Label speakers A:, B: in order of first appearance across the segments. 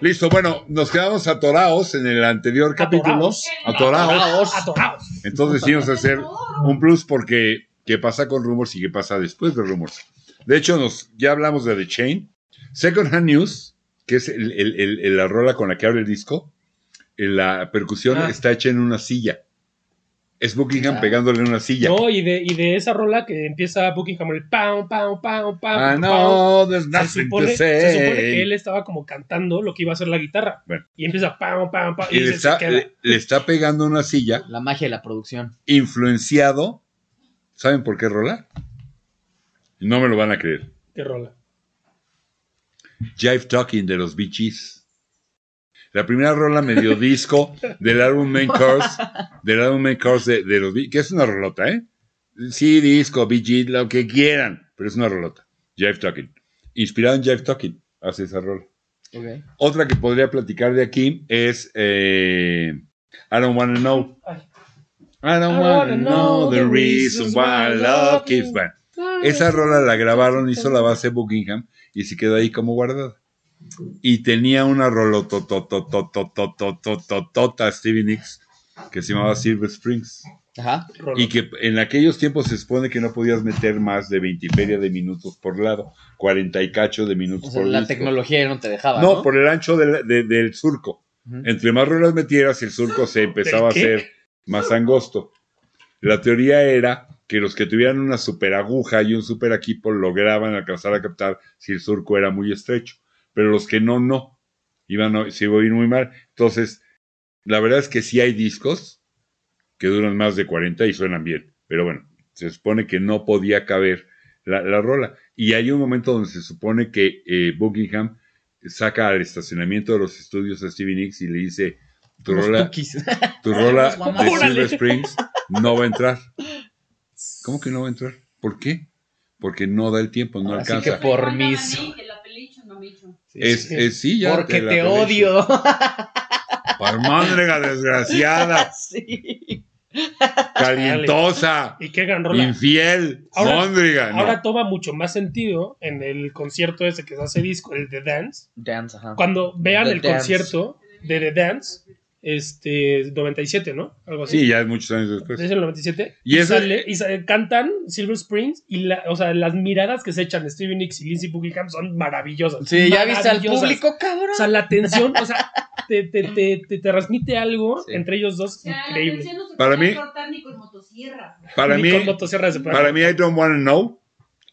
A: Listo, bueno, nos quedamos atorados en el anterior capítulo. Atorados.
B: Atorados.
A: Entonces decidimos hacer un plus porque qué pasa con Rumors y qué pasa después de Rumors. De hecho, nos, ya hablamos de The Chain. Second Hand News, que es el- el- el- el- la rola con la que abre el disco, eh, la percusión
B: Ah.
A: está hecha en una silla. Es Buckingham
C: Ah.
A: pegándole en una silla.
B: No, y de, y de esa rola que empieza Buckingham el pam, pam, pam, pam.
A: Ah,
B: pam,
A: no, Ah, there's
B: Se
A: nothing
B: supone,
A: to
B: se
A: say.
B: supone que él estaba como cantando lo que iba a hacer la guitarra.
A: Bueno.
B: Y empieza pam, pam, pam.
A: Y
B: Y,
A: le,
B: se- se
A: está,
B: queda.
A: le- le está pegando una silla,
C: La magia de la producción.
A: influenciado. ¿Saben por qué rola? No me lo van a creer.
B: ¿Qué rola?
A: Jive Talking de los Bee Gees. La primera rola medio disco del álbum Main Course, del álbum Main Course de, de los Bee que es una rolota, ¿eh? Sí, disco, Bee Gees, lo que quieran, pero es una rolota. Jive Talking. Inspirado en Jive Talking, hace esa rola.
C: Ok.
A: Otra que podría platicar de aquí es eh, I Don't Wanna Know.
B: Ay.
A: I Don't Wanna Know the Reason Why Love Keeps Bad. Esa rola la grabaron, hizo la base Buckingham y se quedó ahí como guardada. Y tenía una rolotototototototototota Stevie Nicks que se llamaba Silver Springs.
C: Ajá.
B: Rola.
A: Y que en aquellos tiempos se supone que no podías meter más de 20 y feria de minutos por lado, 40 y cacho de minutos
C: O sea,
A: Pues por
C: la
A: disco.
C: tecnología no te dejaba. No,
A: No, por el ancho del, de- del surco.
C: Ujú.
A: Entre más ruedas metieras, el surco se empezaba a
B: ¿Del qué?
A: hacer más angosto. La teoría era que los que tuvieran una super aguja y un super equipo lograban alcanzar a captar si el surco era muy estrecho. Pero los que no, no. Iban a, se iba a ir muy mal. Entonces, la verdad es que sí hay discos que duran más de 40 y suenan bien. Pero bueno, se supone que no podía caber la, la rola. Y hay un momento donde se supone que eh, Buckingham saca al estacionamiento de los estudios a Stevie Nicks y le dice, tu
C: Los
A: rola,
C: Tukis.
A: tu rola de
B: Órale.
A: Silver Springs no va a entrar. ¿Cómo que no va a entrar? ¿Por qué? Porque no da el tiempo, no
C: Ahora sí
A: alcanza.
C: que
D: Ah,
C: por mis-
A: es, es- sí, ya
C: Porque
A: la
C: te
A: pelé.
C: odio.
A: Palmándrega desgraciada,
C: sí.
A: calientosa,
B: Y qué gran rola.
A: infiel,
B: Ahora-
A: móndrega. no.
B: Ahora toma mucho más sentido en el concierto ese que se hace disco, el de Dance.
C: Dance, ajá.
B: Cuando vean
C: The
B: el
C: Dance.
B: concierto de The Dance, este, 97, ¿no? Algo así.
A: Sí, pues. ya es muchos años después.
B: Es el 97.
A: Y
B: Y,
A: esa-
B: sale- y sa- cantan Silver Springs y la- o sea, las miradas que se echan Steven Nicks y Lindsey Buckingham son maravillosas.
C: Sí, ya viste al
B: Maravillosas.
C: público,
B: O
C: cabrón.
B: sea, la tensión, o sea, te, te, te, te transmite algo
C: Sí.
B: entre ellos dos increíble.
A: Para mí- Para
B: Ni
A: mí,
B: con motosierra se puede.
A: para mí, I Don't Wanna Know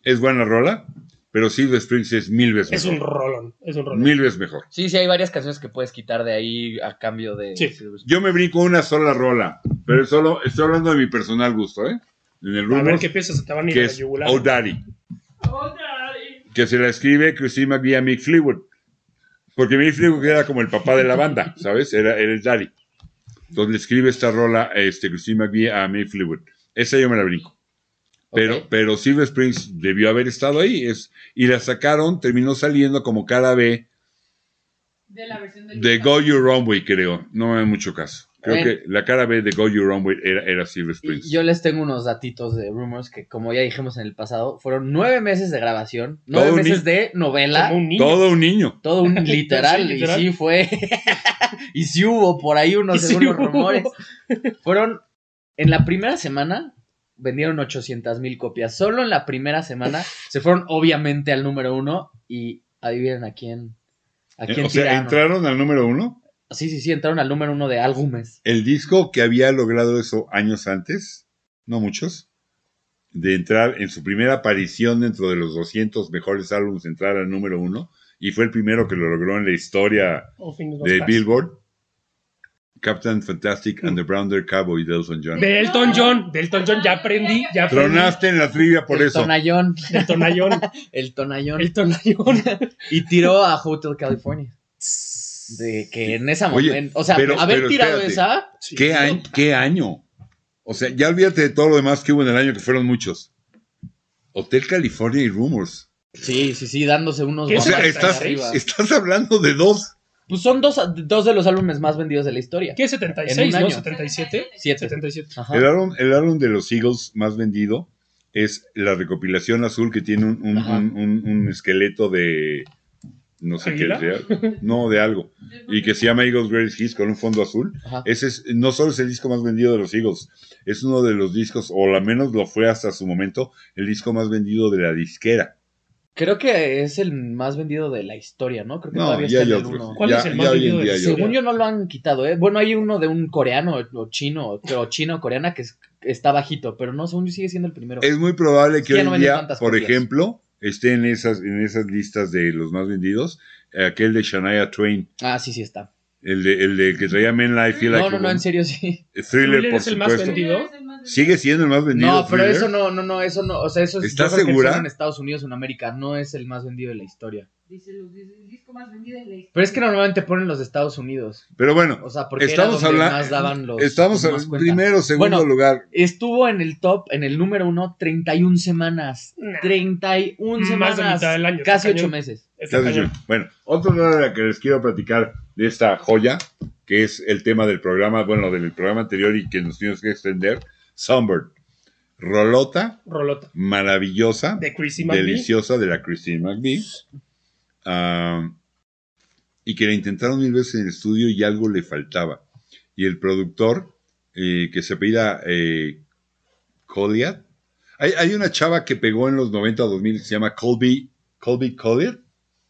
A: es buena rola, pero Silver Springs es mil veces
B: es
A: mejor.
B: un rolón, es un rolón.
A: Mil veces mejor.
C: Sí, sí, hay varias canciones que puedes quitar de ahí a cambio de. pues,
B: Sí.
A: Yo me brinco una sola rola, pero solo estoy hablando de mi personal gusto, ¿eh? En el
B: a
A: rumbo,
B: ver qué piensas, se te van a ir
A: que
B: a la
A: es
B: yugular.
A: Oh Daddy, que se la escribe Christine McVie a Mick Fleetwood. Porque Mick Fleetwood era como el papá de la banda, ¿sabes? Era, era el Daddy. Donde escribe esta rola este, Christine McVie a Mick Fleetwood. Esa yo me la brinco. Pero,
C: Ok.
A: pero Silver Springs debió haber estado ahí. Es, y la sacaron, terminó saliendo como cara B
D: De la versión de
A: de Go Your Own Way, creo. No me da mucho caso. Creo
C: Bueno.
A: que la cara B de Go Your Own Way era, era Silver Springs.
C: Y Yo les tengo unos datitos de rumors que, como ya dijimos en el pasado, fueron nueve meses de grabación, nueve
A: Todo un
C: meses
A: ni-
C: de novela,
B: Como un niño.
A: Todo un niño.
C: todo un literal,
B: Sí,
C: y
B: literal.
C: sí fue. y sí hubo por ahí
B: Y
C: unos,
B: sí
C: unos
B: hubo.
C: rumores. Fueron. En la primera semana vendieron 800 mil copias. Solo en la primera semana se fueron, obviamente, al número uno. Y adivinen a quién. ¿A quién
A: Eh, o sea,
C: tiraron.
A: entraron al número uno.
C: Sí, sí, sí, entraron al número uno de álbumes.
A: El disco que había logrado eso años antes, no muchos, de entrar en su primera aparición dentro de los 200 mejores álbumes, entrar al número uno, y fue el primero que lo logró en la historia
B: O Oh, fin dos
A: de
B: más.
A: Billboard. Captain Fantastic and the Brown Deer Cowboy de Elton John.
B: De Elton John, de Elton John, ya aprendí, ya aprendí.
A: Tronaste en la trivia por
C: el
A: eso.
C: Tonayón.
B: El tonallón,
C: El Tonayón.
B: el tonallón.
C: Y tiró a Hotel California. De que en esa
A: Oye,
C: momento. O sea,
A: pero-
C: haber
A: pero
C: tirado
A: espérate.
C: esa.
B: Sí.
A: ¿Qué, año, ¿Qué año? O sea, ya olvídate de todo lo demás que hubo en el año, que fueron muchos. Hotel California y Rumors.
C: Sí, sí, sí, dándose unos.
B: ¿Qué
A: O sea,
C: bombazos
A: estás,
C: arriba.
A: estás hablando de dos.
C: Pues son dos, dos de los álbumes más vendidos de la historia.
B: ¿Qué 76,
C: En un
B: no?
C: año.
B: 77.
C: Siete.
B: 77.
C: Ajá.
A: El álbum, el álbum de los Eagles más vendido es la recopilación azul que tiene un, un-
C: Ajá.
A: un- un- un esqueleto de. No sé
B: ¿Águila?
A: qué sea. No, de algo. y que se llama Eagles Greatest Hits con un fondo azul.
C: Ajá.
A: Ese es, no solo es el disco más vendido de los Eagles, es uno de los discos, o al menos lo fue hasta su momento, el disco más vendido de la disquera.
C: Creo que es el más vendido de la historia, ¿no? Creo que
A: No,
C: todavía
A: ya
C: está
A: hay
C: en el
A: otros.
C: uno.
B: ¿Cuál
A: ya,
B: es el más
A: ya hoy en
B: vendido de-
A: día hay
B: Según
A: otros.
C: Según yo no lo han quitado, ¿eh? Bueno, hay uno de un coreano o chino, o chino, coreana, que es- que está bajito, pero no, según yo sigue siendo el primero.
A: Es muy probable que
C: Ya
A: hoy
C: no
A: en
C: venden
A: día,
C: tantas
A: por
C: copias.
A: ejemplo, esté en esas, en esas listas de los más vendidos, eh, aquel de Shania Twain,
C: Ah, sí, sí está.
A: el de, el de que traía Men Life Feel Like
C: No,
A: a
C: no, no,
A: Woman.
C: en serio sí.
A: Thriller,
B: Thriller
A: por
B: es el más
A: supuesto.
B: vendido.
A: Sigue siendo el más vendido.
C: No, pero
A: Thriller.
C: eso no, no, no, eso no, o sea, eso es
A: ¿Estás
C: yo creo que
A: segura?
C: solo en Estados Unidos, en América, no es el más vendido de la historia.
D: Dice, los- dice, el disco más vendido de la historia.
C: Pero es que normalmente ponen los de Estados Unidos,
A: Pero bueno,
C: o sea, porque
A: Estamos
C: era donde
A: habla-
C: más daban los
A: estamos
C: más
A: en
C: cuenta.
A: primero, segundo
C: Bueno,
A: lugar.
C: Estuvo en el top, en el número uno, 31 semanas.
B: Nah.
C: 31
B: Más
C: semanas.
B: de mitad del año.
C: Casi
B: Está
C: 8
B: cañón.
C: meses.
B: Está
A: Ya
B: cañón.
A: sé yo. Bueno, otro tema de la que les quiero platicar de esta joya, que es el tema del programa, bueno, del programa anterior y que nos tuvimos que extender, Sunbird. Rolota
B: Rolota.
A: maravillosa,
B: De Chrissy McVie.
A: deliciosa de la Christine McVie. Ah, y que la intentaron mil veces en el estudio y algo le faltaba. Y el productor, eh, que se apellida eh, Collier. Hay, hay una chava que pegó en los 90 2000 que se llama Colby, Colby Collier.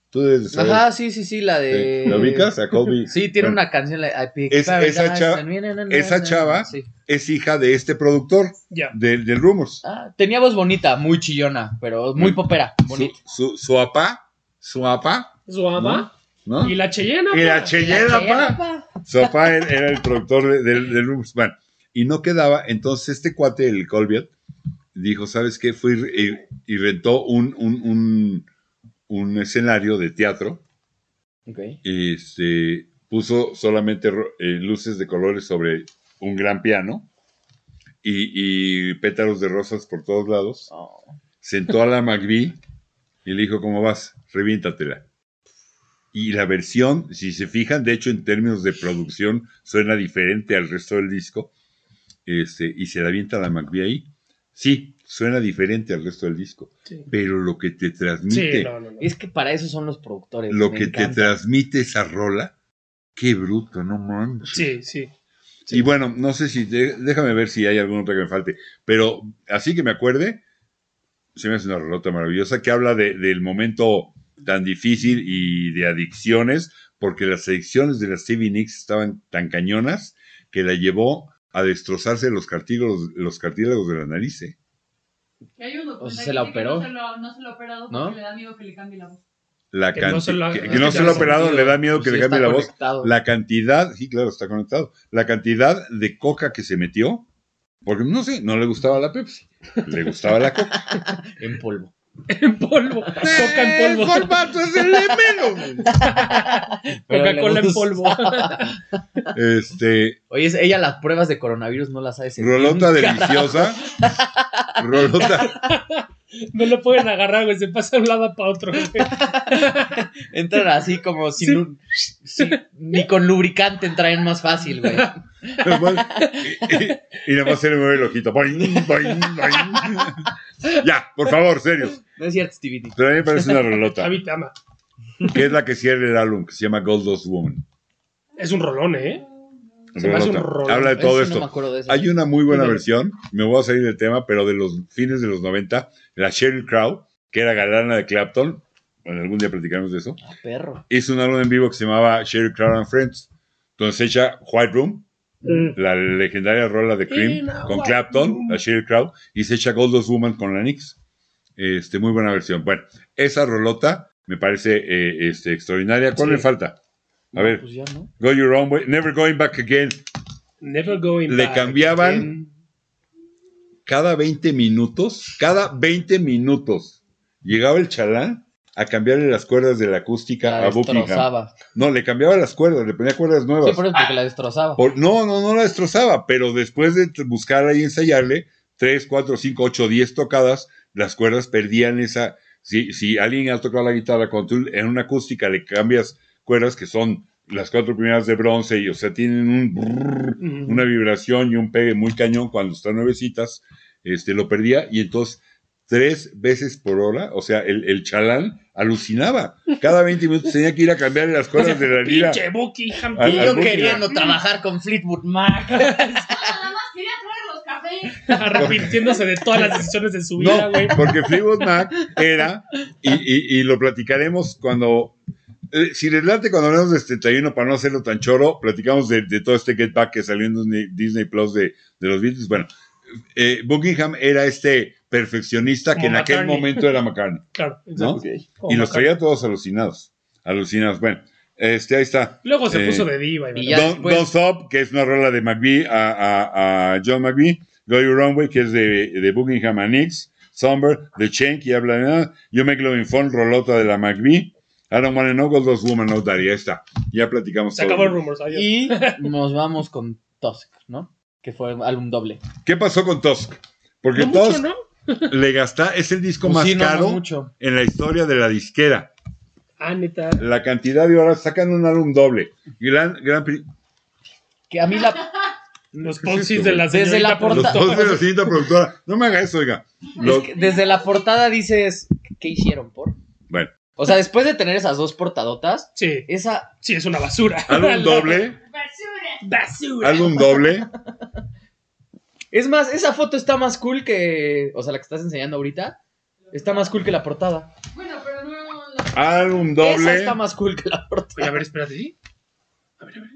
A: Tú debes de saber.
C: Ajá, sí, sí, sí, la de.
A: Sí, ¿La ubicas? A Colby.
C: Sí, tiene
A: Bueno,
C: una canción. La, I Pick
A: Es-
C: Paradise
A: esa chava-
C: and- na, na, na,
A: esa
C: na,
A: chava-
C: sí.
A: Es hija de este productor,
B: Ya.
A: del del Rumors.
C: Ah, tenía voz bonita, muy chillona, pero muy
A: Mm.
C: popera.
A: Su,
C: Bonita.
A: su, su apá, su apá,
B: Su ama.
A: ¿no?
B: Y la Cheyenne.
A: Y
B: pa.
A: la Cheyenne, apá. Su papá era- era el productor de- del del Rumors. Bueno, y no quedaba. Entonces, este cuate, el Colbert, dijo: ¿Sabes qué? Fue y, y- y rentó un, un, un, un escenario de teatro.
C: Ok.
A: Este, puso solamente ro- eh, luces de colores sobre un gran piano y, y pétalos de rosas por todos lados.
C: Oh.
A: Sentó a la McVie y le dijo: ¿Cómo vas? Reviéntatela. Y la versión, si se fijan, de hecho, en términos de producción, suena diferente al resto del disco. Este, y se la avienta la McVie ahí. Sí, suena diferente al resto del disco.
B: Sí.
A: Pero lo que te transmite,
B: Sí, no, no, no.
C: Es que para eso son los productores.
A: lo
C: me
A: que te
C: encanta.
A: transmite esa rola, qué bruto, no manches.
B: Sí, sí.
A: Y bueno, no sé si, de- déjame ver si hay alguna otra que me falte. Pero así que me acuerde, se me hace una relota maravillosa que habla de- del momento tan difícil y de adicciones, porque las adicciones de la Stevie Nicks estaban tan cañonas que la llevó a destrozarse los cartílagos, los cartílagos de la nariz. ¿eh?
D: Que hay un documental
C: O sea,
D: que
C: se la
D: dice que
C: operó.
D: No se lo, no se lo ha operado porque
C: ¿no?
D: le da miedo que le cambie la voz.
A: La
B: Que no
A: canti-
B: se la-
A: que- que
B: no se
A: no
B: le
A: se lo ha
B: hace
A: operado, le da miedo que
C: Sí,
A: le cambie
C: está
A: la voz.
C: conectado.
A: La cantidad, sí, claro, está conectado. La cantidad de coca que se metió, porque no sé, no le gustaba la Pepsi, le gustaba la coca.
C: En polvo.
B: En polvo. Coca en
A: El
B: polvo.
A: formato es el de menos.
C: Pero le
B: Coca-Cola en
C: gusta.
B: polvo.
A: Este,
C: Oye, es- ella las pruebas de coronavirus no las sabe sentir.
A: rolota deliciosa. Rolota,
B: No lo pueden agarrar, güey. Se pasa de un lado para otro. güey.
C: Entran así como sin
B: Sí.
C: un- sí, ni con lubricante entraen más fácil, güey.
A: nomás- y, y- y nada más se le mueve el ojito. Boing, boing, boing. Ya, por favor, serios.
C: No es cierto, Stevie Nicks.
A: Pero a mí me parece una rolota,
B: Javi te ama.
A: que es la que cierra el álbum, que se llama Gold Dust Woman.
B: Es un rolón, ¿eh? Se me hace un
A: Rolota.
B: rolón.
A: Habla de
C: Ese
A: todo
C: no
A: esto.
C: me acuerdo de eso.
A: Hay una muy buena
B: Ujú.
A: versión, me voy a salir del tema, pero de los fines de los 90, la Sheryl Crow, que era galana de Clapton, bueno, algún día platicaremos de eso,
C: Ah, perro.
A: hizo un álbum en vivo que se llamaba Sheryl Crow and Friends, donde echa White Room,
B: Mm.
A: la legendaria rola de Cream,
B: In a
A: con
B: white
A: Clapton,
B: room.
A: la Sheryl Crow, y se echa Gold Dust Woman con la Nix. Este, muy buena versión. Bueno, esa rolota me parece eh, este, extraordinaria. ¿Cuál
B: Sí.
A: le falta? A
C: No,
A: ver,
C: Pues ya, ¿no?
A: Go Your Own Way, Never Going Back Again.
B: Never going
A: Le
B: back.
A: cambiaban cada 20 minutos, cada 20 minutos, llegaba el chalán a cambiarle las cuerdas de la acústica
C: La
A: a Buckingham.
C: destrozaba.
A: No, le cambiaba las cuerdas, le ponía cuerdas
C: Sí,
A: nuevas.
C: por eso, porque la destrozaba.
A: Por- no, no, no la destrozaba, pero después de t- buscar ahí y ensayarle, 3, 4, 5, 8, 10 tocadas, las cuerdas perdían esa... Si, si alguien ha tocado la guitarra con tú en una acústica le cambias cuerdas que son las cuatro primeras de bronce y o sea tienen un brrrr,
B: Mm.
A: una vibración y un pegue muy cañón cuando están nuevecitas, este, lo perdía y entonces tres veces por hora. O sea, el, el chalán alucinaba. Cada 20 minutos tenía que ir a cambiar las
B: O sea,
A: cuerdas de la lira.
B: Pinche Bucky,
A: Al-
C: Y
A: al
C: yo
A: Buki.
C: queriendo trabajar con Fleetwood Mac.
D: Nada más quería traer los cafés.
B: arrepintiéndose de todas las decisiones de su vida,
A: Ah, No,
B: güey.
A: porque Fleetwood Mac era, y, y- y lo platicaremos cuando. eh, si les late, cuando hablamos de 71, para no hacerlo tan choro, platicamos de, de todo este Get Back que salió en Disney, Disney Plus de, de los Beatles. Bueno, eh, Buckingham era este perfeccionista que
B: Como
A: en aquel
B: McCartney.
A: momento era McCartney.
B: Claro,
A: ¿no?
B: exacto. Como
C: Oh,
A: Y los
B: Macario.
A: traía todos alucinados. Alucinados. Bueno, este, ahí está.
B: Luego se
A: Eh,
B: puso de diva.
C: y
B: Y
C: ya
A: Don't,
C: después-
A: Don't Stop, que es una rola de McVie a, a- a John McVie. Go Your Own Way, que es de, de Buckingham a Nix. Somber, The Chain, que ya habla de nada. You Make Loving Fun, rolota de la McVie. I Don't Wanna Know, Gold Those Woman, No Daddy. Ahí está. Ya platicamos
B: se
A: todo.
B: acabó el rumor. adiós.
C: Y nos vamos con Tusk, ¿no? Que fue álbum doble.
A: ¿Qué pasó con Tusk? Porque
B: No mucho,
A: Tusk
B: ¿no?
A: le gasta, es el disco
C: Pues
A: más
C: sí, no, no
A: caro
C: mucho.
A: en la historia de la disquera.
B: Ah, neta.
A: la cantidad de horas, sacan un álbum doble. Gran, gran pri-
C: Que a mí la.
B: Los
A: ¿Qué es
B: poncis
A: esto,
B: de
A: güey?
B: la
C: Desde
B: señorita
C: la
A: Los
C: portada.
B: productora.
A: dos de la cinta productora. No me haga eso, oiga. Lo-
C: es que desde la portada dices. ¿Qué hicieron por?
A: Bueno,
C: O sea, después de tener esas dos portadotas,
B: Sí,
C: esa.
B: sí, es una basura.
A: álbum doble,
D: Basura.
B: Basura.
A: álbum doble.
C: Es más, esa foto está más cool que. O sea, la que estás enseñando ahorita. Está más cool que la portada.
D: Bueno, pero no.
A: Álbum
C: Esa
A: doble.
C: está más cool que la portada.
B: Oye, a ver, espérate. ¿sí? A ver, a ver.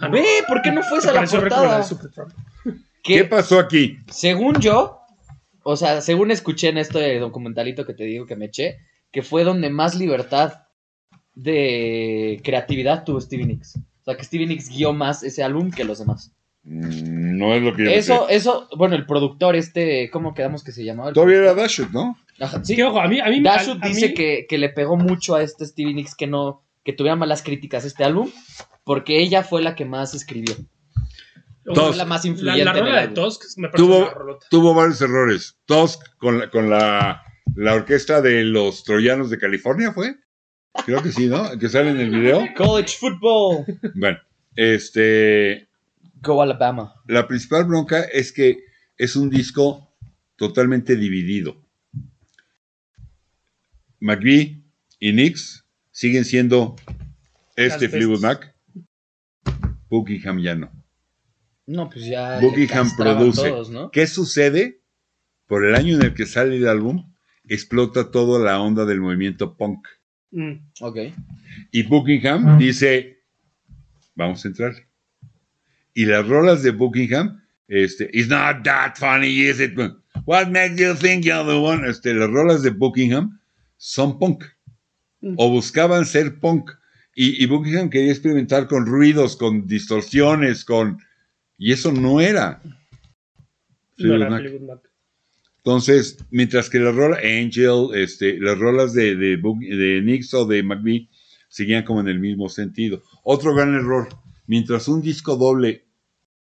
B: Ah, no.
C: Ve, ¿por qué no fue
B: Se
C: esa la
B: pareció ver como la
C: portada?
B: de Supertramp.
A: ¿Qué
C: Que
A: pasó aquí?
C: según yo, o sea, según escuché en este documentalito que te digo que me eché, que fue donde más libertad de creatividad tuvo Stevie Nicks. O sea, que Stevie Nicks guió más ese álbum que los demás.
A: Mm, No es lo que yo
C: Eso,
A: pensé.
C: eso, bueno, el productor este, ¿cómo quedamos que se llamaba? El-
A: Todavía era Dashut, ¿no?
C: Ajá, sí.
B: Sí, ojo, a mí, a mí
C: Dashwood
B: a- a
C: dice
B: mí-
C: que, que le pegó mucho a este Stevie Nicks que no, que tuviera malas críticas este álbum, porque ella fue la que más escribió.
B: o sea,
A: Tusk.
C: Fue la más
B: La,
C: influyente.
B: la
C: en el
B: rola de
C: álbum.
B: Tusk me parece
A: Tuvo,
B: una rolota.
A: tuvo varios errores. Tusk con la, con la, la orquesta de los troyanos de California, ¿fue? Creo que sí, ¿no? Que sale en el video.
C: College Football.
A: Bueno, este.
C: Go Alabama.
A: La principal bronca es que es un disco totalmente dividido. McVie y Nix siguen siendo este
B: Las
A: Fleetwood
B: bestias.
A: Mac. Buckingham ya no.
C: No, pues ya.
A: Buckingham
C: le castraban
A: produce.
C: todos, ¿no?
A: ¿Qué sucede? Por el año en el que sale el álbum, explota toda la onda del movimiento punk.
B: Mm.
C: Ok.
A: Y Buckingham dice, vamos a entrar. Y las rolas de Buckingham, este, it's not that funny, is it? What makes you think you're the one? Este, las rolas de Buckingham son punk.
B: Mm.
A: O buscaban ser punk. Y, y Buckingham quería experimentar con ruidos, con distorsiones, con... Y eso no era.
B: No era
A: Fleetwood Mac.
B: Fleetwood Mac.
A: Entonces, mientras que la rola Angel, este, las rolas de, de, Bug- de Nix o de McVie seguían como en el mismo sentido. Otro gran error, mientras un disco doble,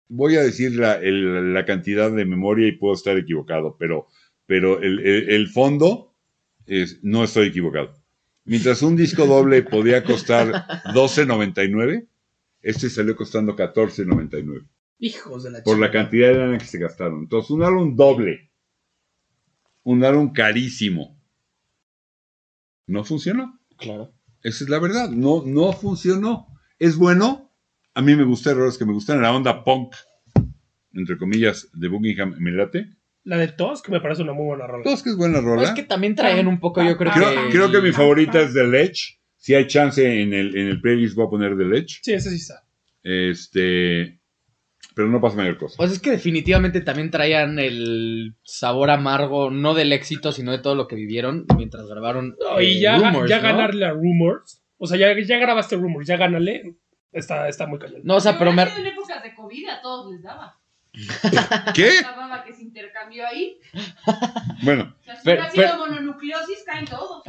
A: voy a decir la, el- la cantidad de memoria y puedo estar equivocado, pero, pero el, el- el fondo, es, no estoy equivocado. Mientras un disco doble podía costar 12.99, este salió costando 14.99
B: Hijos de la
A: por la
B: chingada.
A: cantidad de lana que se gastaron. Entonces, un álbum doble, un álbum carísimo, no funcionó.
C: Claro.
A: Esa es la verdad, no, no funcionó. Es bueno, a mí me gusta errores que me gustan, la onda punk, entre comillas, de Buckingham, me late.
B: La de Tusk me parece una muy buena rola.
A: Todos que es buena
C: No,
A: rola.
C: Pues es que también traían un poco, yo creo
A: creo,
C: que.
A: creo que mi favorita es The Ledge. Si hay chance en el, en el playlist voy a poner The Ledge.
B: Sí, esa sí está.
A: Este, pero no pasa mayor cosa.
C: O sea, pues es que definitivamente también traían el sabor amargo, no del éxito, sino de todo lo que vivieron mientras grabaron.
B: No, y
C: eh,
B: ya,
C: Rumours,
B: ya
C: ¿no?
B: ganarle a Rumors. O sea, ya, ya grabaste Rumors, ya gánale. Está, está muy cañón.
C: No, o sea, pero me.
D: En épocas de COVID a todos les daba.
A: ¿Qué?
D: La baba que se intercambió ahí.
A: Bueno,
D: O sea, si
C: Pero-
D: hubiera habido
C: pero-
D: mononucleosis, caen todos.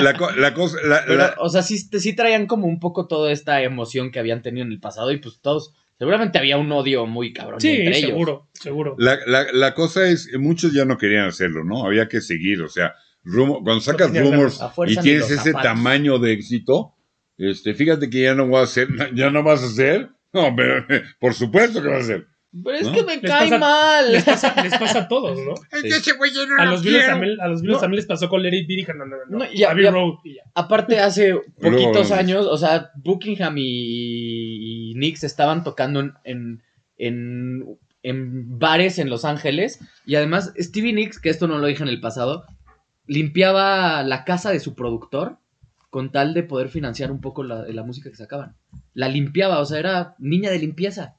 A: la, co- la cosa... la-
C: pero,
A: la-
C: o sea, sí, sí traían como un poco toda esta emoción que habían tenido en el pasado y pues todos. Seguramente había un odio muy cabrón
B: sí,
C: entre ellos.
B: seguro, seguro.
A: La, la- la cosa es, muchos ya no querían hacerlo, ¿no? Había que seguir, o sea, rumo- cuando sacas
B: tenía
A: rumors
C: ganas. A fuerza
A: y
C: ni
A: tienes
C: los
A: ese
C: zapatos.
A: tamaño de éxito, este, fíjate que ya no vas a hacer, ya no vas a hacer, no, pero por supuesto que vas a hacer,
C: Pero es
A: ¿No?
C: que me
B: Les
C: cae
B: pasa-
C: mal.
B: Les pasa, les pasa a todos, ¿no?
A: Es que ese güey yo no
B: A
A: lo
B: los Beatles
A: quiero.
B: también, a los Beatles
C: No.
B: también les pasó con Larry B. Dijeron, no, no, no.
C: No,
B: no.
C: y ya-
B: Abbey
C: ya-
B: Road y ya.
C: Aparte, hace poquitos
A: vamos.
C: años, o sea, Buckingham y, y Knicks estaban tocando en, en, en- en bares en Los Ángeles. Y además, Stevie Nicks, que esto no lo dije en el pasado, limpiaba la casa de su productor con tal de poder financiar un poco la, la música que sacaban. La limpiaba, o sea, era niña de limpieza.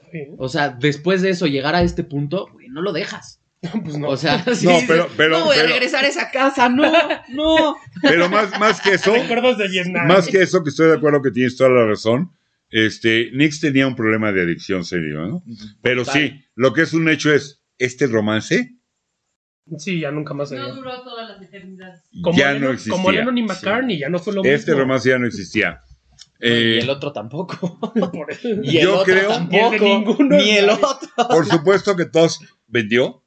B: Está bien.
C: O sea, después de eso, llegar a este punto, güey, no lo dejas.
B: Pues no.
C: O sea, sí
A: No,
C: dices,
A: pero, pero,
C: no voy a
A: pero,
C: regresar a esa casa, no, no.
A: pero más, más que eso,
B: Recuerdos de Vietnam.
A: más que eso, que estoy de acuerdo que tienes toda la razón. Este, Nix tenía un problema de adicción serio, ¿no? Pero sí, lo que es un hecho es, este romance
B: Sí, ya nunca más se
D: No
B: vio.
D: duró todas las eternidades.
B: Como
A: ya
B: Lennon-
A: no existía.
B: Como Lennon y
A: Sí.
B: McCartney, ya no fue lo
A: Este
B: mismo.
A: romance ya no existía.
C: y
A: Eh,
C: el otro tampoco.
B: Por eso.
C: Y el
A: Yo
C: otro
A: creo-
C: tampoco.
B: Ni el de ninguno.
C: Ni el otro.
A: por supuesto que todos vendió.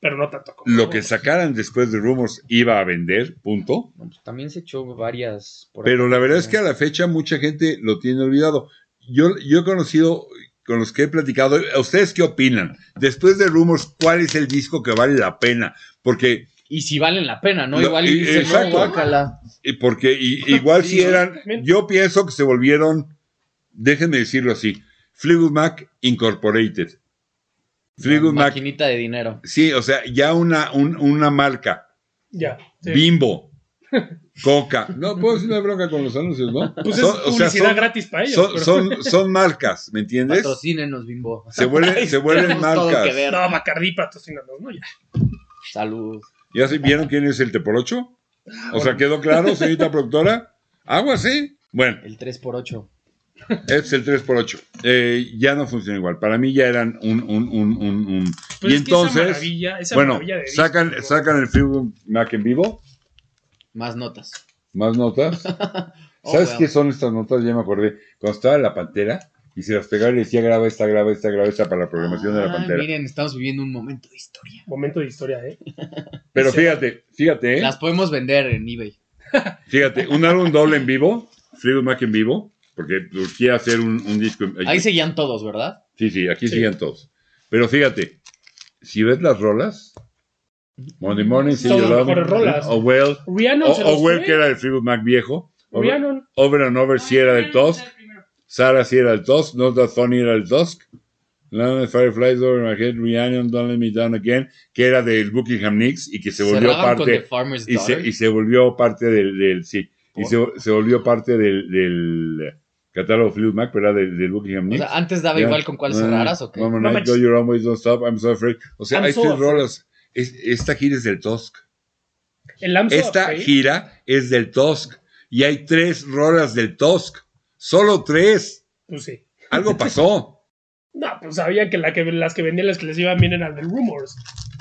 B: Pero no tanto como.
A: Lo que sacaran después de Rumors iba a vender, punto.
C: No, pues también se echó varias. por
A: Pero
C: ahí.
A: la verdad es que a la fecha mucha gente lo tiene olvidado. Yo, yo he conocido, con los que he platicado, ¿a ¿ustedes qué opinan? Después de Rumors, ¿cuál es el disco que vale la pena? Porque,
C: Y si valen la pena, ¿no?
A: Lo-
C: Igual
A: y-
C: y dices,
A: e-
C: no,
A: exacto.
C: guácala.
A: y porque y- igual
C: Sí,
A: si eran,
B: también.
A: yo pienso que se volvieron, déjenme decirlo así, Fleetwood Mac Incorporated. Fleetwood Mac,
C: Maquinita de dinero.
A: sí, o sea, ya una, un- una marca,
B: Ya. sí.
A: Bimbo, Coca. No, puedo decir una bronca con los anuncios, ¿no?
B: Pues es
A: Son- o sea,
B: publicidad
A: son-
B: gratis para ellos.
A: son,
B: pero-
A: son, son marcas, ¿me entiendes?
C: Patrocínenos, bimbo.
A: Se vuelven, se vuelven
C: Tenemos todo que
A: marcas.
C: ver.
B: No, Bacardi patrocinanos, ¿no? Ya.
C: Salud.
A: ¿Ya se vieron quién es el Teporocho?
B: Ah,
A: O sea, ¿quedó claro, señorita productora? Agua, sí. Bueno, este
C: El 3x8.
A: es el 3x8. Eh, ya no funciona igual. Para mí ya eran un... un, un, un, un-
B: Pues
A: y
B: es que esa
A: entonces,
B: maravilla- esa
A: bueno,
B: maravilla de disco,
A: sacan,
B: ¿no?
A: sacan el Freeboom Mac en vivo.
C: Más notas.
A: Más notas.
C: Oh,
A: ¿Sabes
C: well.
A: qué son estas notas? Ya me acordé. Cuando estaba la Pantera y se las pegaba y le decía graba esta, graba esta, graba esta para la programación de la
C: Ah,
A: Pantera.
C: Miren, estamos viviendo un momento de historia.
B: Momento de historia, ¿eh?
A: Pero
B: se-
A: fíjate, fíjate. ¿eh?
C: Las podemos vender en eBay.
A: Fíjate, un álbum doble en vivo, Fleetwood Mac en vivo, porque urgía hacer un, un disco. en-
C: Ahí seguían todos, ¿verdad?
A: Sí, sí, aquí
B: Sí.
A: siguen todos. Pero fíjate, si ves las rolas, Monday Morning,
B: Son las mejores rolas.
A: O Well,
B: Rihanna
A: o,
B: se los
A: o Well,
B: fue.
A: que era el Fleetwood Mac viejo, Over,
B: Rihanna.
A: Over and Over si era del Tusk, Sarah si era del Tusk, Not That Funny era del Tusk, Land of the Fireflies Over My Head, Rihanna, Don't Let Me Down Again, que era del Buckingham Nicks y que se volvió
C: Cerraban con
A: parte
C: The Farmer's
A: y se,
C: Daughter. Oh.
A: y se volvió parte del, del- sí, y
C: ¿Por?
A: se, se volvió parte del, del catálogo Fleetwood Mac, pero era del, del Buckingham
C: O
A: Nicks.
C: sea, antes daba igual con cuál
A: Ah,
C: cerraras o qué.
A: One more
B: No
A: night, go
B: manches.
A: your own ways, don't stop, I'm so afraid. O sea,
B: I'm
A: hay
B: so
A: tres
B: afraid.
A: rolas. Es- esta gira es del Tusk.
B: El Amso
A: Esta gira es del Tusk. Y hay tres rolas del Tusk. Solo tres.
B: Pues sí.
A: Algo pasó.
B: No, pues sabían que, la que las que vendían las que les iban bien eran del Rumors.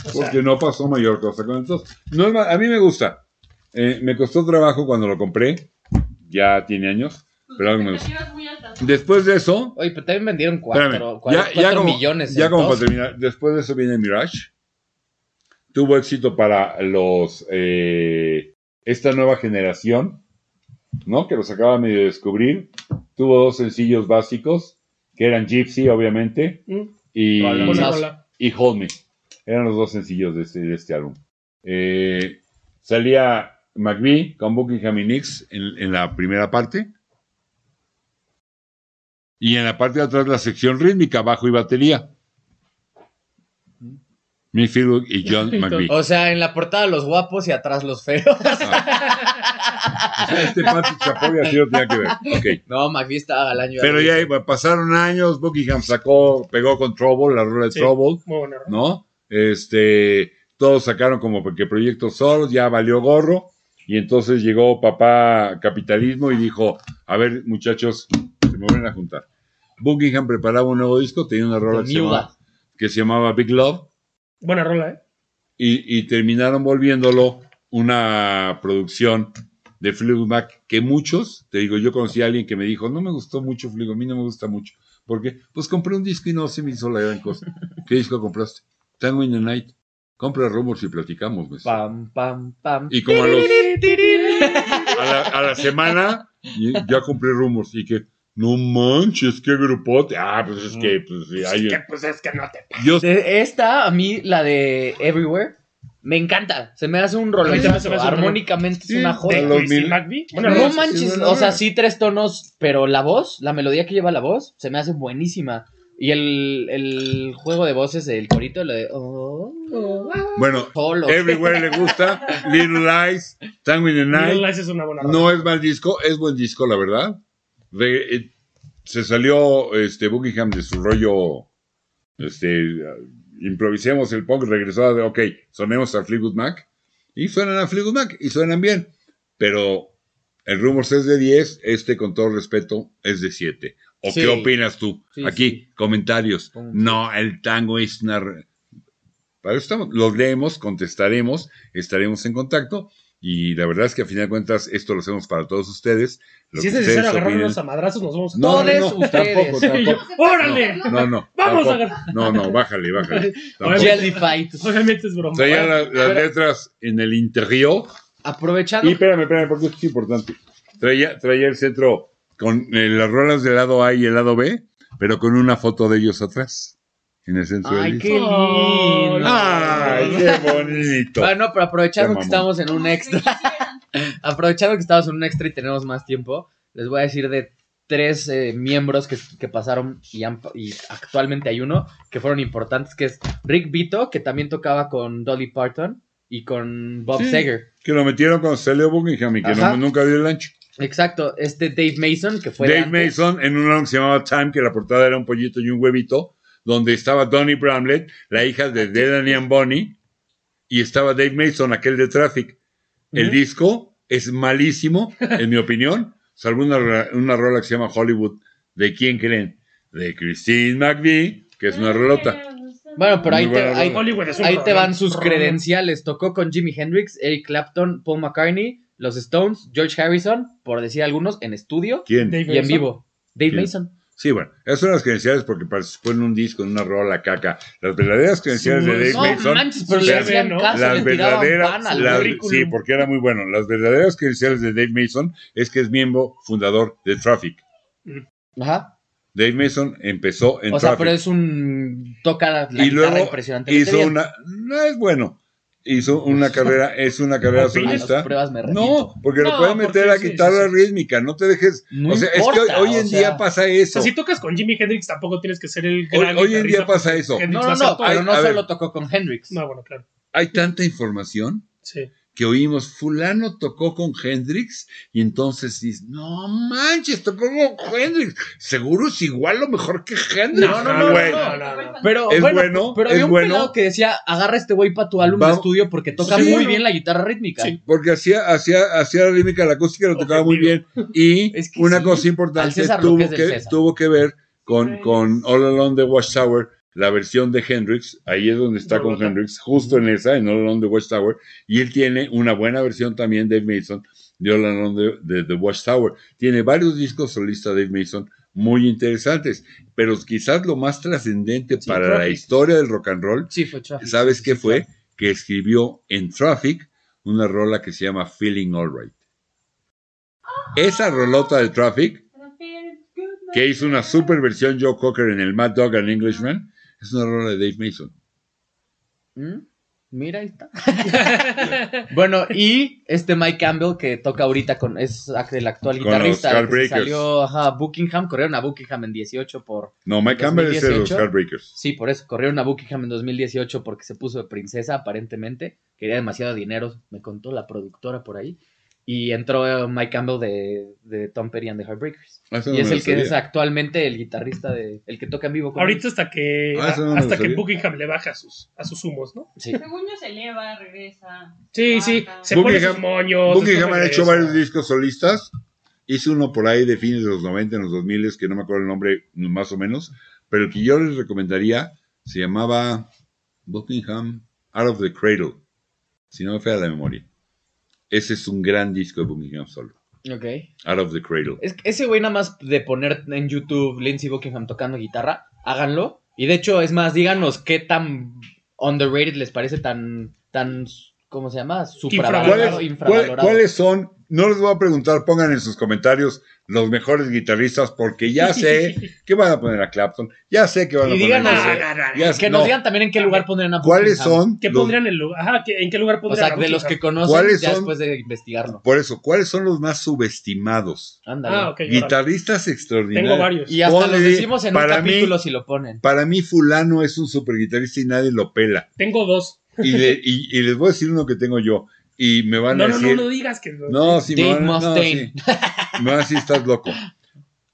B: O sea,
A: Porque no pasó mayor cosa con el Tusk. No es ma- a mí me gusta. Eh, me costó trabajo cuando lo compré. Ya tiene años. Pero algo me gusta.
D: Expectativas muy altas.
A: Después de eso,
C: Oye, pero también vendieron
A: Espérame,
C: cuatro, cuatro,
A: ya, ya
C: cuatro
A: como,
C: millones.
A: Ya
C: en
A: como
C: dos.
A: para terminar, después de eso viene Mirage. Tuvo éxito para los eh, esta nueva generación, ¿no? Que los acaba medio de descubrir. Tuvo dos sencillos básicos, que eran Gypsy, obviamente,
B: mm,
A: y,
C: Hola,
B: buena
C: más.
B: rola.
A: y Hold Me. Eran los dos sencillos de este, de este álbum. Eh, salía McVie con Buckingham y Nix en, en la primera parte. Y en la parte de atrás la sección rítmica, bajo y batería. Mick Fleetwood y John Ah. McVie.
C: O sea, en la portada los guapos y atrás los feos.
A: O sea, este Patrick Chapoy así lo tenía que ver. Ok.
C: No, McVie estaba galán. yo
A: Pero
C: era
A: ya
C: virgen.
A: bueno, pasaron años, Buckingham sacó, pegó con Trouble, la rola de
B: Sí.
A: Trouble.
B: Muy buena rola.
A: ¿no? Este, todos sacaron como que proyectos solos, ya valió gorro, y entonces llegó papá capitalismo y dijo, a ver muchachos, se me vuelven a juntar. Buckingham preparaba un nuevo disco, tenía una rola
C: De
A: que se,
C: miuda.
A: llamaba, que se llamaba Big Love,
B: Buena rola, ¿eh?
A: y, y terminaron volviéndolo una producción de Fleetwood Mac que muchos, te digo, yo conocí a alguien que me dijo, no me gustó mucho Fleetwood, a mí no me gusta mucho, porque pues compré un disco y no se me hizo la gran cosa. ¿Qué disco compraste? Tango in the Night. Compra Rumors y platicamos. pues.
C: Pam, pam, pam.
A: Y como a los- a la, a la semana, y- ya compré Rumors y que, No manches, qué grupote. Ah, pues es que, pues sí, hay-
B: que, pues Mm. es que no te
A: Yo
C: De esta, a mí, la de Everywhere, me encanta. Se me hace un rollo.
B: A mí también se me hace un rolón.
C: Armónicamente es una
A: Sí,
C: joya.
A: de
B: Lo
A: los
B: Chrissy
A: mil-
B: McVie. Bueno,
A: No
C: No
B: Rose.
A: sí,
C: manches,
A: sí, no,
C: o sea,
A: no.
C: sí tres tonos, pero la voz, la melodía que lleva la voz, se me hace buenísima. Y el, el juego de voces, el corito, lo de... oh, oh,
A: Bueno,
C: solo.
A: Everywhere le gusta. Little Lies, Tango in the Night.
B: Little Lies es una buena rola.
A: No es mal disco, es buen disco, la verdad. Re- eh, se salió este Buckingham de su rollo. Este, ah, improvisemos el punk, regresó a. Ok, sonemos a Fleetwood Mac. Y suenan a Fleetwood Mac y suenan bien. Pero el Rumors es de 10, este, con todo respeto, es de 7. ¿O
C: Sí.
A: qué opinas tú?
C: Sí,
A: Aquí,
C: sí.
A: comentarios.
C: Pum.
A: No, el tango es una. re- Para eso estamos. Los leemos, contestaremos, estaremos en contacto. Y la verdad es que a final de cuentas esto lo hacemos para todos ustedes. Lo
B: Si es
A: que
B: necesario
A: ustedes opinen-
B: agarrarnos a madrazos, nos vamos a...
A: No, no,
C: Todos
A: no, tampoco,
C: ustedes.
A: tampoco.
B: ¡Órale!
A: No, no.
B: Vamos a
A: tampoco.
B: agarrar.
A: No, no, bájale, bájale. Tampoco.
B: Oye,
C: Jelly Fight.
B: Obviamente es broma.
A: Traía la- las letras en el interior.
C: Aprovechando...
A: Y espérame, espérame, porque esto es importante. Traía, traía el centro con eh, las rolas del lado A y el lado B, pero con una foto de ellos atrás. En el centro del
C: Ay,
A: disco.
C: qué lindo.
A: ¡Ay, qué bonito!
C: Bueno, pero aprovechando
A: Qué
C: que
A: mamón.
C: estamos en un extra,
D: Quisieran.
C: aprovechando que estamos en un extra y tenemos más tiempo, les voy a decir de tres eh, miembros que, que pasaron y, han- y actualmente hay uno que fueron importantes, que es Rick Vito, que también tocaba con Dolly Parton y con Bob
A: Sí.
C: Seger.
A: Que lo metieron con Celio Buckingham y que
C: Ajá.
A: no- nunca dio el ancho.
C: Exacto, este Dave Mason, que fue... de
A: Dave
C: antes.
A: Mason en un álbum que se llamaba Time, que la portada era un pollito y un huevito, donde estaba Donnie Bramlett, la hija de Delaney and Bonnie, y estaba Dave Mason, aquel de Traffic. El
B: Ujú.
A: disco es malísimo, en mi opinión, salvo una, ra- una rola que se llama Hollywood. ¿De quién creen? De Christine McVie, que es
B: Ah.
A: una rolota.
C: Bueno, pero ahí
A: Muy
C: te,
A: buena
C: ahí-
A: rola.
B: Hollywood es un
C: ahí te
B: rolón.
C: van sus credenciales. Tocó con Jimi Hendrix, Eric Clapton, Paul McCartney, los Stones, George Harrison, por decir algunos, en estudio
A: ¿Quién?
B: Dave
C: y en
B: Mason.
C: vivo. Dave
A: ¿Quién?
C: Mason.
A: Sí, bueno, esas son las credenciales porque participó en un disco, en una rola caca. Las verdaderas credenciales de Dave
B: No,
A: Mason.
C: manches, pero
A: Sí,
C: le hacían
B: ¿no?
C: caso,
A: las
C: le tiraban pan
A: verdaderas,
C: al
A: las-
C: currículum.
A: sí, porque era muy bueno. Las verdaderas credenciales de Dave Mason es que es miembro fundador de Traffic.
C: Ajá.
A: Dave Mason empezó en
C: O sea,
A: Traffic.
C: pero es un toca la
A: Y
C: guitarra
A: luego
C: impresionante.
A: hizo una, no es bueno, hizo una carrera, es una carrera solista.
C: pruebas me remito.
A: No, porque lo
B: No,
A: puedes meter
B: porque
A: a
B: sí, sí,
A: guitarra
B: sí.
A: rítmica, no te dejes.
C: No
A: o sea, es que
C: importa,
A: hoy, hoy
C: o
A: en
C: sea,
A: día pasa
B: O
A: eso.
B: sea, si tocas con Jimi Hendrix, tampoco tienes que ser el
A: hoy,
B: gran
A: hoy en día
B: guitarrista.
A: pasa eso.
B: Hendrix
C: No,
B: va
C: no,
B: a ser
C: no,
B: todo.
C: pero no
A: A ver.
C: solo tocó con Hendrix.
B: No, bueno, claro.
A: Hay tanta información
B: Sí.
A: que oímos, fulano tocó con Hendrix, y entonces dices, no manches, tocó con Hendrix, seguro es igual o mejor que Hendrix.
B: No, no, no,
A: güey".
B: Ah, no, no.
C: Pero
A: Es
C: bueno,
A: bueno,
C: pero
A: es
C: había un
A: bueno.
C: pelado que decía, agarra este güey para tu álbum de
A: Vamos.
C: estudio porque toca
A: Sí.
C: muy bien la guitarra rítmica.
B: Sí.
A: Porque hacía, hacía, hacía la límica, la acústica lo tocaba muy bien. Y
C: Es que
A: una
C: sí.
A: cosa
C: Al
A: importante
C: César lo
A: tuvo
C: que es del
A: que,
C: César.
A: tuvo que ver con,
D: Sí.
A: con All Along the Watchtower, la versión de Hendrix, ahí es donde está con
B: Rolota.
A: Hendrix, justo en esa, en All Along the Watchtower, y él tiene una buena versión también de Mason, de All Along the, de, The Watchtower. Tiene varios discos solistas de Mason muy interesantes, pero quizás lo más trascendente
C: Sí,
A: para la
C: Traffic.
A: historia del rock and roll
C: Sí, fue Traffic.
A: ¿Sabes
C: Sí,
A: qué
C: sí,
A: fue? Que escribió en Traffic una rola que se llama Feeling Alright. Esa rolota de Traffic, que hizo una super versión Joe Cocker en el Mad Dog and Englishman, es una rola de Dave Mason.
C: ¿Mm? Mira, ahí está. bueno, y este Mike Campbell que toca ahorita con es ac- el actual
A: Con
C: guitarrista.
A: los
C: el que se
A: Heartbreakers.
C: salió ajá, a Buckingham, corrieron a Buckingham en 18 por
A: No, Mike Campbell es de los
C: 2018.
A: Heartbreakers.
C: sí, por eso corrieron a Buckingham en 2018 porque se puso de princesa aparentemente, quería demasiado dinero, me contó la productora por ahí. Y entró eh, Mike Campbell de, de Tom Petty and the Heartbreakers.
A: Ah, eso no
C: Y
A: me
C: es
A: lo
C: el que
A: sabía.
C: es actualmente el guitarrista de el que toca en vivo con
B: Ahorita hasta que
A: Ah, eso no me lo
B: hasta que
A: sabía.
B: Buckingham le baja a sus a sus humos, ¿no?
C: ellos. Sí.
D: Según yo se eleva, regresa.
B: Sí, sí,
D: Baja.
B: se pone
A: Buckingham-
B: sus moños.
A: Buckingham
B: después
A: ha hecho
B: regresa.
A: varios discos solistas. Hizo uno por ahí de fines de los 90, en los 2000, que no me acuerdo el nombre más o menos. Pero el que yo les recomendaría se llamaba Buckingham Out of the Cradle. Si no me falla la memoria. Ese es un gran disco de Buckingham solo.
C: Ok.
A: Out of the Cradle.
C: Es que ese güey nada más de poner en YouTube Lindsey Buckingham tocando guitarra, háganlo. Y de hecho, es más, díganos qué tan underrated les parece tan, tan ¿cómo se llama? Supravalorado,
A: ¿Cuáles,
B: Infravalorado,
A: cuál-
C: infravalorado.
A: ¿Cuáles son No les voy a preguntar, pongan en sus comentarios los mejores guitarristas, porque ya sé que van a poner a Clapton, ya sé que van a
C: Y
A: poner
C: digan
A: no
C: a-
A: sé,
B: no, no, no.
A: ya sé-
C: Que nos
A: no.
C: digan también en qué lugar pondrían a
A: cuáles
C: Buckingham.
A: son.
B: ¿Qué
A: los-
B: pondrían en lugar? Ajá, ¿qué- ¿en qué lugar
C: O
B: pondrían?
C: sea,
B: a
C: de los que
B: Buckingham?
C: conocen
A: ¿Cuáles
C: ya
A: son?
C: después de investigarlo.
A: Por eso, ¿cuáles son los más subestimados?
C: Ándale.
B: Ah, ok. ahora.
A: Guitarristas extraordinarios.
B: Tengo varios.
C: Y hasta
A: Ponle,
C: los decimos en un
A: para mí-
C: capítulo si lo ponen.
A: Para mí, Fulano es un super guitarrista y nadie lo pela.
B: Tengo dos.
A: Y, le- y- y les voy a decir uno que tengo yo. Y me van
B: No,
A: a
B: no,
A: decir.
B: no, no digas que no.
A: No, sí, me
C: Dave
A: van a- no,
C: Mustaine.
A: sí. Me van a decir, estás loco.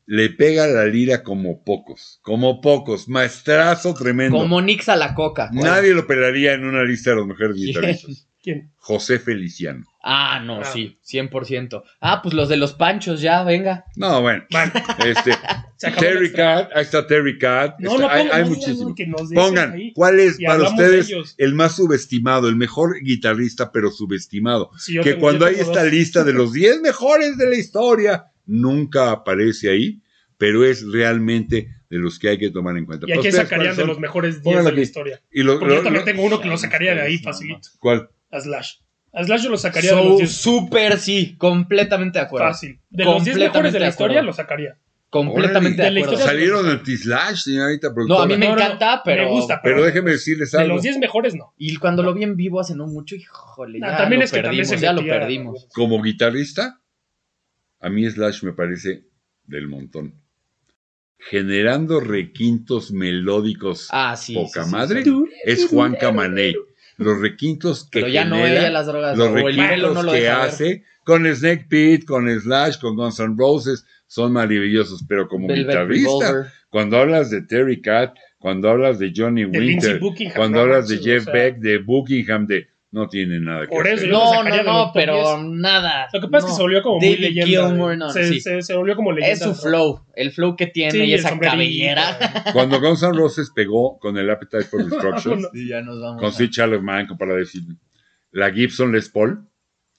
A: Le pega la lira como pocos, como pocos, maestrazo tremendo.
C: Como Nix a la coca. güey.
A: Nadie lo pelaría en una lista de los mejores
C: ¿Quién?
A: guitarristas.
B: ¿Quién?
A: José Feliciano.
C: Ah, no,
B: Ah.
C: sí, 100%. Ah, pues los de los panchos ya, venga.
A: No, bueno,
B: Bueno,
A: este,
B: se acabó
A: Terry
B: nuestra-
A: Cat, ahí está Terry Cat,
B: No,
A: está-
B: no,
A: hay,
B: pongan,
A: hay
B: no digan
A: muchísimos.
B: que nos dejen
A: Pongan,
B: ahí.
A: ¿cuál es
B: Y
A: para
B: hablamos de
A: ustedes
B: ellos.
A: el más subestimado, el mejor guitarrista, pero subestimado?
B: Sí, yo
A: que
B: tengo-
A: cuando
B: yo
A: hay
B: tengo
A: esta
B: dos.
A: lista de los 10 mejores de la historia, nunca aparece ahí, pero es realmente de los que hay que tomar en cuenta. Pues
B: ¿Y a quién
A: ¿Ustedes
B: sacarían
A: cuáles
B: de
A: son?
B: los mejores
A: Pónganlo
B: 10 de la
A: aquí.
B: historia?
A: Y lo-
B: Porque
A: lo-
B: yo también
A: lo- Ah,
B: tengo uno que
C: Ya,
B: lo sacaría de ahí
C: ustedes, no,
B: facilito.
A: ¿Cuál?
B: A Slash. A Slash yo lo sacaría de
C: So-
B: los 10
C: Súper sí, completamente de acuerdo.
B: fácil. De los 10
C: Completamente
B: mejores de la
C: de
B: historia
C: acuerdo.
B: lo sacaría.
C: Completamente
B: Órale.
C: de
B: De la
C: acuerdo.
B: historia-
A: Salieron anti-slash, señorita
C: No,
A: productora.
C: a mí me
B: No, no, no,
C: encanta, pero.
B: me gusta,
A: Pero déjeme decirles
B: De
A: algo.
B: los 10 mejores no.
C: Y cuando lo vi en vivo hace no mucho, híjole,
B: No,
C: ya
B: también
C: lo
B: es que también
C: perdimos,
B: se
C: ya lo
B: metía-
C: perdimos.
A: Como guitarrista, a mí Slash me parece del montón. Generando requintos melódicos
C: Ah, sí.
A: poca
C: sí, sí,
A: madre,
C: sí.
A: es Juan Camaney. Los requintos que
C: Pero ya no
A: genera,
C: ella las drogas.
A: los
C: o el hielo
A: requintos
C: no lo
A: que
C: deja ver.
A: hace con Snake Pit, con Slash, con Guns N' Roses, son maravillosos, pero como
C: Velvet
A: guitarrista,
C: Revolver.
A: cuando hablas de Terry Cat, cuando hablas de Johnny
B: De Lindsey
A: Winter,
B: Buckingham.
A: cuando
B: no
A: hablas de
B: manches,
A: Jeff
B: o sea,
A: Beck, de Buckingham, de no tiene nada que
B: Por eso
A: hacer.
B: yo lo
C: No,
B: sacaría
C: no,
B: de
C: no,
B: los top
C: pero
B: 10.
C: nada.
B: Lo que pasa es que se
C: No.
B: volvió como
C: David
B: muy leyenda.
C: Gilmour,
B: de-
C: no,
B: se,
C: sí.
B: se- se volvió como leyenda.
C: Es su
B: ¿no?
C: flow, el flow que tiene
B: Sí,
C: y
B: el
C: esa
B: sombrerito,
C: cabellera.
A: Cuando Guns N' Roses pegó con el Appetite for Destruction,
B: Vámonos.
C: Sí, ya nos vamos.
A: con
C: a-
A: Sid Charlemagne, con Paradise City, la Gibson Les Paul,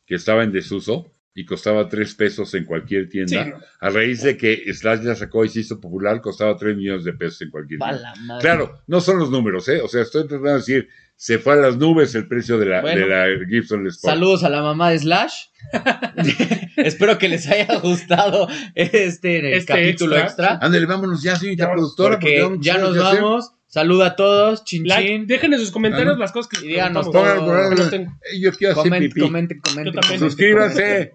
A: que estaba en desuso y costaba tres pesos en cualquier
B: Sí,
A: tienda,
B: no.
A: a raíz de que Slash la sacó y se hizo popular, costaba 3 millones de pesos en cualquier
C: Pa'
A: tienda.
C: la madre.
A: Claro, no son los números, ¿eh? O sea, estoy tratando de decir, se fue a las nubes el precio de la,
C: Bueno.
A: de la Gibson Les Paul.
C: Saludos a la mamá de Slash. Espero que les haya gustado este, el
B: Este
C: capítulo
B: extra.
C: extra.
A: Ándale, vámonos ya, señorita
B: Ya,
A: productora, porque
C: porque
A: vamos a
C: ya
A: hacer
C: nos
A: lo que hacer.
C: vamos. Saluda a todos. Chin
B: Like,
C: chin.
B: dejen en sus
A: Ah,
B: comentarios
A: no.
B: las cosas que
C: Y díganos
B: preguntamos.
A: Pongan el
C: todo.
A: programa.
B: Yo los tengo.
A: Eh, Yo quiero hacer
C: Comenten,
A: pipí.
C: comenten, comenten.
B: Yo también.
A: Suscríbanse.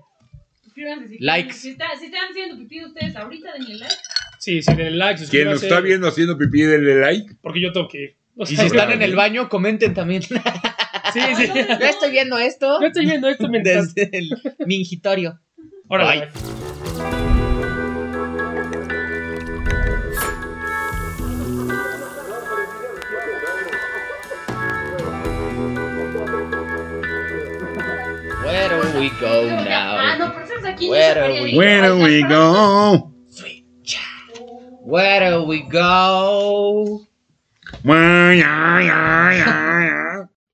D: Suscríbanse si
C: Likes.
D: quieren. Si, está- si están haciendo pipí ustedes ahorita, denle like.
B: Sí, sí, denle like,
A: Quien nos
B: suscríbanse.
A: está viendo haciendo pipí, denle like.
B: Porque yo tengo que ir. O
C: Y si
B: sea,
C: están en el baño, comenten también.
B: Sí, sí.
D: No,
C: Yo estoy viendo esto
B: Yo estoy viendo esto mientras.
C: desde el mingitorio.
B: Ahora,
C: Bye. Where do we go
D: Ah,
C: now?
D: no, pero estás aquí.
C: Where
D: no
C: are
D: sacaría
C: we?
D: yo.
A: Where
D: Ay,
A: we
D: la
A: go?
C: Where do we go?
A: Where-